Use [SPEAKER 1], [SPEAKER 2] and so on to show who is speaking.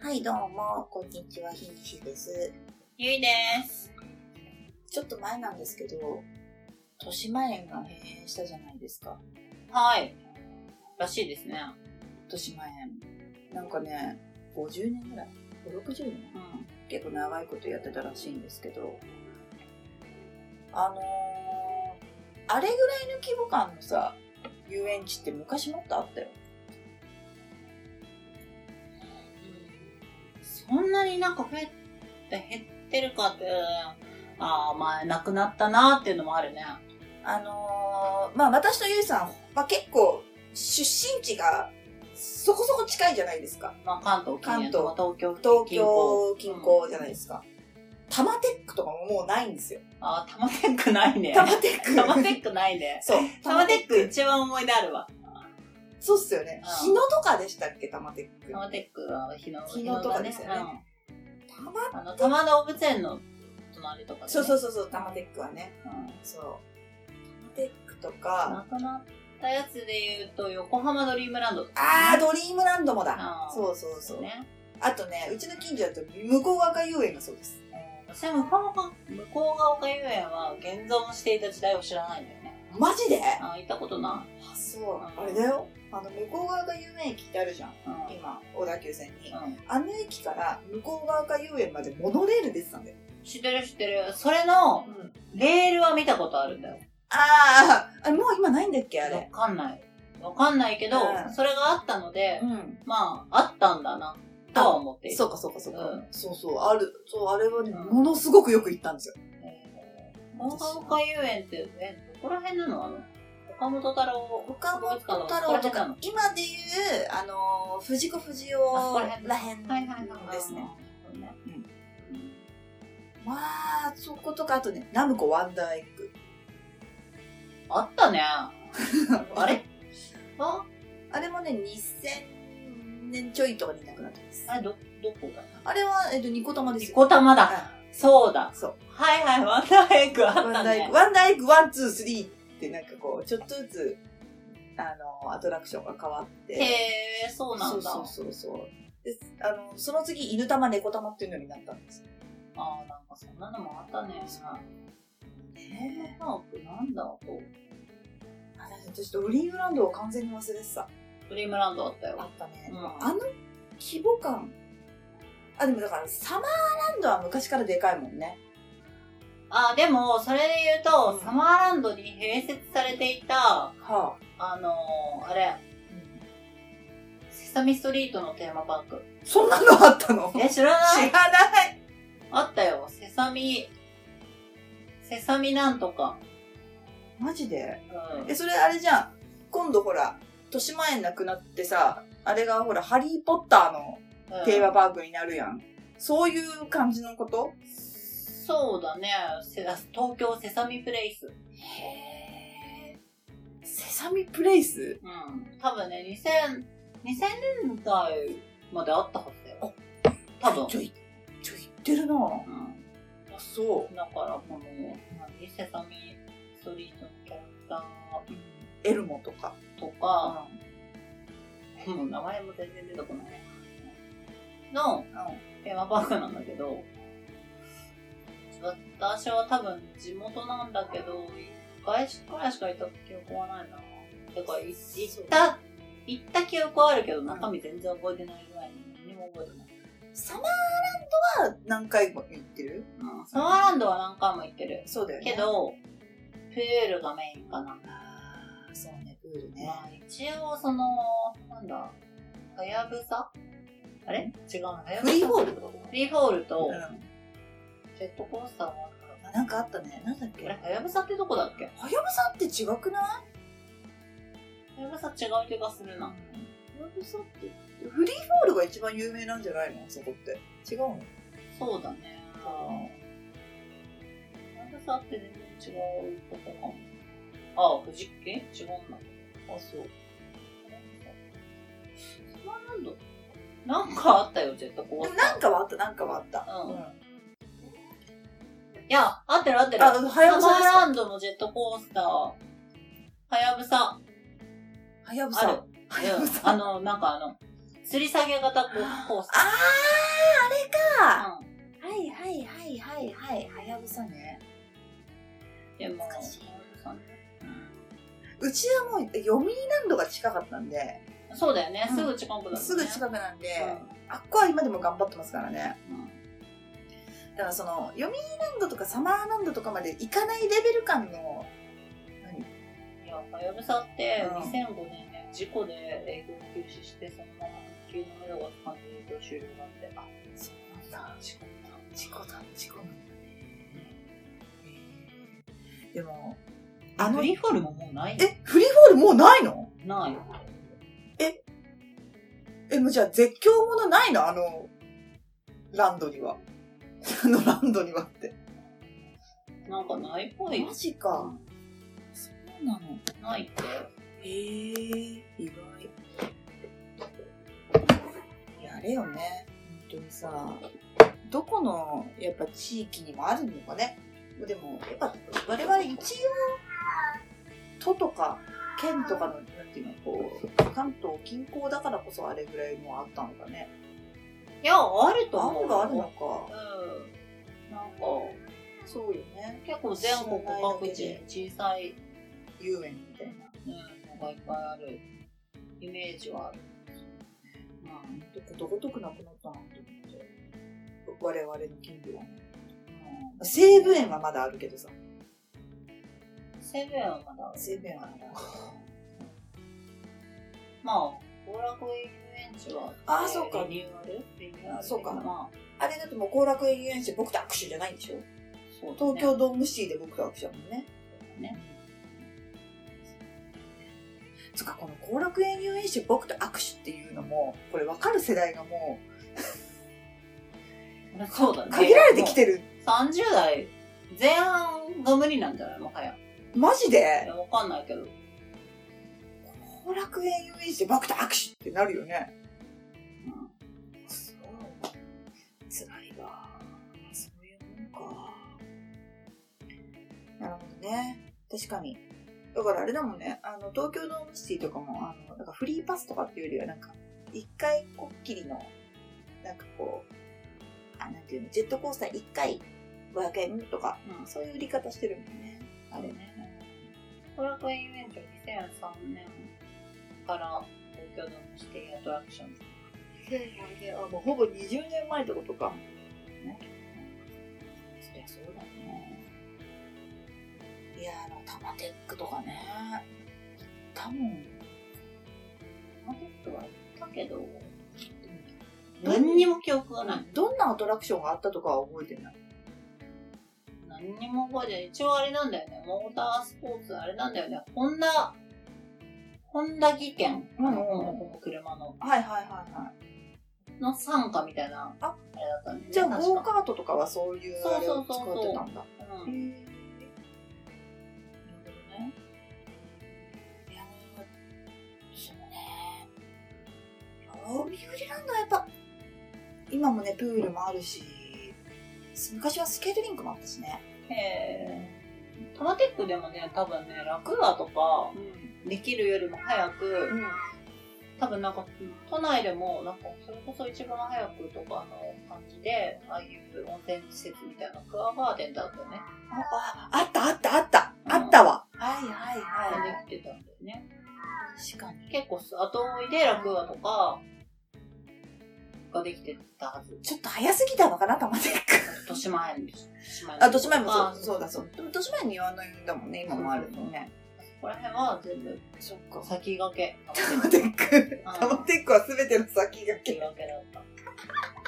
[SPEAKER 1] はい、どうも、こんにちは、ひにしです。
[SPEAKER 2] ゆいです。
[SPEAKER 1] ちょっと前なんですけど、豊島園が閉園したじゃないですか。
[SPEAKER 2] はい。らしいですね。
[SPEAKER 1] 豊島園。なんかね、50年ぐらい ?5、60年
[SPEAKER 2] うん。
[SPEAKER 1] 結構長いことやってたらしいんですけど、あのー、あれぐらいの規模感のさ、遊園地って昔もっとあったよ。
[SPEAKER 2] そんなになんか増えて、減ってるかって、ああ、まあ、なくなったなっていうのもあるね。
[SPEAKER 1] あのーまあ私とゆいさん、まあ、結構出身地がそこそこ近いじゃないですか。
[SPEAKER 2] まあ、関東近
[SPEAKER 1] 関東
[SPEAKER 2] 郊、まあ東京
[SPEAKER 1] 東
[SPEAKER 2] 近郊。
[SPEAKER 1] 京近郊じゃないですか。タマテックとかももうないんですよ。
[SPEAKER 2] ああ、タマテックないね。
[SPEAKER 1] タマテック。
[SPEAKER 2] タマテックないね。
[SPEAKER 1] そう。
[SPEAKER 2] タマテック。一番思い出あるわ。
[SPEAKER 1] そうっすよね。
[SPEAKER 2] うん
[SPEAKER 1] 日野とかでしたっけ、タマテック。
[SPEAKER 2] タマテックは日野
[SPEAKER 1] 日野とかですよね
[SPEAKER 2] 日野だね
[SPEAKER 1] タマ
[SPEAKER 2] うんあの、多摩動物園の隣とか、ね、
[SPEAKER 1] そうそう
[SPEAKER 2] う。
[SPEAKER 1] そうそう、タマテックはね。
[SPEAKER 2] うん
[SPEAKER 1] そう。タマテックとか、
[SPEAKER 2] なくなったやつで言うと、横浜ドリームランドとかね、
[SPEAKER 1] あー、ドリームランドもだ。
[SPEAKER 2] あー
[SPEAKER 1] そうそうそう。
[SPEAKER 2] ね。
[SPEAKER 1] あとね、うちの近所だと、向こう若遊園がそうです。
[SPEAKER 2] 私は向こうが向こうが丘遊園は現存していた時代を知らないんだよね。
[SPEAKER 1] マジで
[SPEAKER 2] あ行ったことな
[SPEAKER 1] あ、そう。あれだよ。あの、向こう側が遊園駅ってあるじゃん。
[SPEAKER 2] い。うん。
[SPEAKER 1] 今、小田急線に。
[SPEAKER 2] うん
[SPEAKER 1] あの駅から向こう側が遊園までモノレール出てたんだよ。
[SPEAKER 2] 知ってる知ってる。それのレールは見たことあるんだよ。
[SPEAKER 1] あーあ、もう今ないんだっけあ
[SPEAKER 2] わ
[SPEAKER 1] れ。
[SPEAKER 2] かんない。わかんないけど、
[SPEAKER 1] うん
[SPEAKER 2] それがあったので、
[SPEAKER 1] ん。
[SPEAKER 2] まあ、あったんだな、とは思っている。
[SPEAKER 1] そうかそうかそうか。
[SPEAKER 2] うん
[SPEAKER 1] そうそう、ある。そう、あれはね、
[SPEAKER 2] うん
[SPEAKER 1] ものすごくよく行ったんですよ。
[SPEAKER 2] えー向こうが丘遊園って、え、どこら辺なのあの、岡本太郎。
[SPEAKER 1] 岡本
[SPEAKER 2] 太
[SPEAKER 1] 太郎と
[SPEAKER 2] とか
[SPEAKER 1] か
[SPEAKER 2] の、
[SPEAKER 1] 今でいう、あのー、藤子不二雄
[SPEAKER 2] あそこら辺
[SPEAKER 1] らへん
[SPEAKER 2] はいはいはい。
[SPEAKER 1] ですね。。
[SPEAKER 2] そうね。うん
[SPEAKER 1] まあ、そことか、あとね、ナムコワンダーエッグ。
[SPEAKER 2] あったね。あれ あ
[SPEAKER 1] あれもね、2000年ちょいとかになくなってます。
[SPEAKER 2] あれど、どこだ
[SPEAKER 1] あれは、えっと、ニコ玉です
[SPEAKER 2] ニ
[SPEAKER 1] よ。
[SPEAKER 2] コ玉だ。
[SPEAKER 1] は
[SPEAKER 2] そうだ。
[SPEAKER 1] そう。
[SPEAKER 2] はいはい、ワンダーエッグあ
[SPEAKER 1] いワ
[SPEAKER 2] った
[SPEAKER 1] ンダーエッ
[SPEAKER 2] ね
[SPEAKER 1] グ、。ワンダーエッグ、ワン、ツー、スリーってなんかこう、ちょっとずつ、あのー、アトラクションが変わって。
[SPEAKER 2] へえ、そうなんだ。
[SPEAKER 1] そうそうそうそうであのその次犬玉猫玉っていうのになったんですよ
[SPEAKER 2] ああ、なんかそんなのもあったね。
[SPEAKER 1] ね
[SPEAKER 2] パークなんだと。
[SPEAKER 1] 私ドリームランドを完全に忘れてた
[SPEAKER 2] ドリームランドあった
[SPEAKER 1] あ
[SPEAKER 2] よ。
[SPEAKER 1] ったね、
[SPEAKER 2] うん
[SPEAKER 1] あの規模感あでもだからサマーランドは昔からでかいもんね
[SPEAKER 2] ああ、でも、それで言うと、
[SPEAKER 1] うん
[SPEAKER 2] サマーランドに併設されていた、
[SPEAKER 1] は
[SPEAKER 2] あのー、あれ、
[SPEAKER 1] あ、
[SPEAKER 2] セサミストリートのテーマパーク。
[SPEAKER 1] そんなのあったの
[SPEAKER 2] え、知らな
[SPEAKER 1] 知
[SPEAKER 2] い
[SPEAKER 1] らない
[SPEAKER 2] あったよ。セサミ、セサミなんとか。
[SPEAKER 1] マジで
[SPEAKER 2] うん
[SPEAKER 1] えそれあれじゃん今度ほら豊島園なくなってさあれがほら「ハリー・ポッター」の
[SPEAKER 2] うん
[SPEAKER 1] テーマパークになるやん、そういう感じのこと
[SPEAKER 2] そうだね。せ東京セサミプレイス。
[SPEAKER 1] へーセサミプレイス
[SPEAKER 2] うん。多分ね、2000、2000年代まであったはずだよ。多分。
[SPEAKER 1] ちょい、ちょい言ってるなぁ。
[SPEAKER 2] う
[SPEAKER 1] あ、そ
[SPEAKER 2] ん。だから、この、何セサミストリートのキャラクタ
[SPEAKER 1] う。エルモとか。
[SPEAKER 2] ーとか、もう名前も全然出てこない。のテーマパークなんだけど、私は多分地元なんだけど、一回くらいしか行った記憶はないな。だから、い行った、行った記憶はあるけど、中身全然覚えてないぐらいに、何も覚えてない。
[SPEAKER 1] サマーランドは何回も行ってる
[SPEAKER 2] うん。サマーランドは何回も行ってる。
[SPEAKER 1] そうだよね。
[SPEAKER 2] け。ど、プールがメインかな。
[SPEAKER 1] あーそうね、プールね。
[SPEAKER 2] まあ、一応、その、なんだ、はやぶさあれ違うの、はやぶ
[SPEAKER 1] フ
[SPEAKER 2] さ
[SPEAKER 1] リーホール
[SPEAKER 2] フリーフォールと
[SPEAKER 1] う、ん。
[SPEAKER 2] ジェットコースターがあるから
[SPEAKER 1] あなんかあったね。なんだっけ
[SPEAKER 2] あれ、はやぶさってどこだっけ
[SPEAKER 1] はやぶさって違くない
[SPEAKER 2] はやぶさ違う気がするな。
[SPEAKER 1] はやぶさって。フリーフォールが一番有名なんじゃないのそこって。違うの
[SPEAKER 2] そうだね。はやぶさって全然違うとこかも。ああ、富士え違うんだ。
[SPEAKER 1] あ、そう。
[SPEAKER 2] サマーランドなんかあったよ、ジェットコー
[SPEAKER 1] で
[SPEAKER 2] ス
[SPEAKER 1] も
[SPEAKER 2] ター。
[SPEAKER 1] なんかはあった、なんかはあった。
[SPEAKER 2] うん
[SPEAKER 1] あ、
[SPEAKER 2] いや、合ってる合ってる。
[SPEAKER 1] はや
[SPEAKER 2] サ
[SPEAKER 1] ぶ
[SPEAKER 2] マ
[SPEAKER 1] さ
[SPEAKER 2] ー
[SPEAKER 1] ですか
[SPEAKER 2] ランドのジェットコースター、はやぶさ、
[SPEAKER 1] はやぶ
[SPEAKER 2] ある
[SPEAKER 1] さ。。はやぶさ
[SPEAKER 2] うんあの、なんかあの、吊り下げ型コース
[SPEAKER 1] あー、あれか、
[SPEAKER 2] うん
[SPEAKER 1] はいはいはいはいはい、はやぶさね。
[SPEAKER 2] でも
[SPEAKER 1] 懐かしいうんうちはもう、読売ランドが近かったんで、
[SPEAKER 2] そうだよね、
[SPEAKER 1] うん
[SPEAKER 2] すぐ近くだもんね
[SPEAKER 1] すぐ近くなんで、あっこは今でも頑張ってますからね。
[SPEAKER 2] うんうん
[SPEAKER 1] だからその、読売ランドとかサマーランドとかまで行かないレベル感の、
[SPEAKER 2] いや、はやぶさって
[SPEAKER 1] うん
[SPEAKER 2] 2005年ね、事故で営業休止して、そのまま復旧の目処がつかんで営業終了なんで、あ、
[SPEAKER 1] そうなんだ。
[SPEAKER 2] 事故だ。
[SPEAKER 1] 事故だ、事故なんだね。でも、あの
[SPEAKER 2] フ、リーフォールももうない
[SPEAKER 1] え、フリーフォールもうないの
[SPEAKER 2] ないよ。
[SPEAKER 1] え、もうじゃあ絶叫ものないのあの、ランドには。 あのランドにはって。
[SPEAKER 2] なんかないっぽい。
[SPEAKER 1] ジ
[SPEAKER 2] う。ん
[SPEAKER 1] そうなの
[SPEAKER 2] ないって。
[SPEAKER 1] へえ、意外。やれよね。本当にさ、どこの、やっぱ地域にもあるのかね。でも、やっぱ我々一応、都とか、県とかの、なんていうの、こう、関東近郊だからこそあれぐらいもあったのかね。
[SPEAKER 2] いや、あると
[SPEAKER 1] あ
[SPEAKER 2] 思う。
[SPEAKER 1] るがあるのか。
[SPEAKER 2] うん。なんか、
[SPEAKER 1] そうよね。
[SPEAKER 2] 結構全国各地小さい、
[SPEAKER 1] 遊園みたいな。
[SPEAKER 2] うん、のがいっぱいあるイメージはある。
[SPEAKER 1] まあ、どことごとくなくなったなと思って。我々の近所は。
[SPEAKER 2] うん
[SPEAKER 1] 西武園はまだあるけどさ。
[SPEAKER 2] セブンはまだある
[SPEAKER 1] 西武園はまだある。
[SPEAKER 2] まあ、後楽園遊園地は、
[SPEAKER 1] あーそうか
[SPEAKER 2] リニューアルリニューアル
[SPEAKER 1] そうか
[SPEAKER 2] まあ、
[SPEAKER 1] あれだってもう後楽園遊園地僕と握手じゃないんでしょ
[SPEAKER 2] そうだ
[SPEAKER 1] 東
[SPEAKER 2] ね
[SPEAKER 1] 京ドームシティで僕と握手だもんね。
[SPEAKER 2] ね。
[SPEAKER 1] そっか、この後楽園遊園地僕と握手っていうのも、これ分かる世代がも
[SPEAKER 2] そうだね。
[SPEAKER 1] う、限られてきてる。
[SPEAKER 2] もう30代前半が無理なんじゃないもはや。
[SPEAKER 1] マジ
[SPEAKER 2] い
[SPEAKER 1] で
[SPEAKER 2] やわかんないけど。
[SPEAKER 1] 後楽園遊園地で僕と握手ってなるよね。
[SPEAKER 2] うん
[SPEAKER 1] そう。辛いわ。そういうもんか。なるほどね。確かに。だからあれだもんね、あの、東京ドームシティとかも、あの、なんかフリーパスとかっていうよりは、なんか、一回こっきりの、なんかこう、あ、なんていうの、ジェットコースター一回500円とか、
[SPEAKER 2] うん
[SPEAKER 1] そういう売り方してるもんね。あれね。
[SPEAKER 2] 後楽園遊園地は2003年から東京ドームシティアトラクションズ。
[SPEAKER 1] あ、もうほぼ20年前ってことか。
[SPEAKER 2] そりゃそうだね。
[SPEAKER 1] いやー、でもタマテックとかね。多分、
[SPEAKER 2] マテックは行ったけど、何にも記憶がない。
[SPEAKER 1] どんなアトラクションがあったとかは覚えてない。
[SPEAKER 2] 何にも覚えてない。一応あれなんだよね。モータースポーツ、あれなんだよね。ホンダ、ホンダ技研、あ
[SPEAKER 1] うん
[SPEAKER 2] の、この車の、
[SPEAKER 1] はいはいはいはい。
[SPEAKER 2] の傘下みたいな、
[SPEAKER 1] あ
[SPEAKER 2] あれだったんだよね。
[SPEAKER 1] じゃあ、
[SPEAKER 2] 確
[SPEAKER 1] ゴー
[SPEAKER 2] か。
[SPEAKER 1] カートとかはそういうあれを使ってたんだ。
[SPEAKER 2] う
[SPEAKER 1] へ
[SPEAKER 2] ん。
[SPEAKER 1] ー
[SPEAKER 2] ね
[SPEAKER 1] いやそうね。ロビューリランドはやっぱ、今もね、プールもあるし、昔はスケートリンクもあったしね。
[SPEAKER 2] えー、タマテックでもね、多分ね、楽だとか
[SPEAKER 1] う、ん。
[SPEAKER 2] できるよりも早く、
[SPEAKER 1] うん。
[SPEAKER 2] 多分なんか、都内でも、なんか、それこそ一番早くとかの感じで、ああいう温泉施設みたいな、クアガーデンだったよね。
[SPEAKER 1] あ、ああったあったあったあったわ。はいはいい。
[SPEAKER 2] できてたんだよね。
[SPEAKER 1] 確かに。
[SPEAKER 2] 結構後追いで楽話とかができてたはず
[SPEAKER 1] ちょっと早すぎたのかな、タマテック。
[SPEAKER 2] 豊島園です豊島園
[SPEAKER 1] あ、年前も
[SPEAKER 2] ま
[SPEAKER 1] そ
[SPEAKER 2] あ
[SPEAKER 1] うそうだそう。でも年前に言わないんだもんね、今もあるのね。
[SPEAKER 2] そこら辺は全部
[SPEAKER 1] そっか
[SPEAKER 2] 先駆け
[SPEAKER 1] タマテック。
[SPEAKER 2] あー
[SPEAKER 1] タマテックは全ての先駆
[SPEAKER 2] 先
[SPEAKER 1] け。
[SPEAKER 2] 駆けだった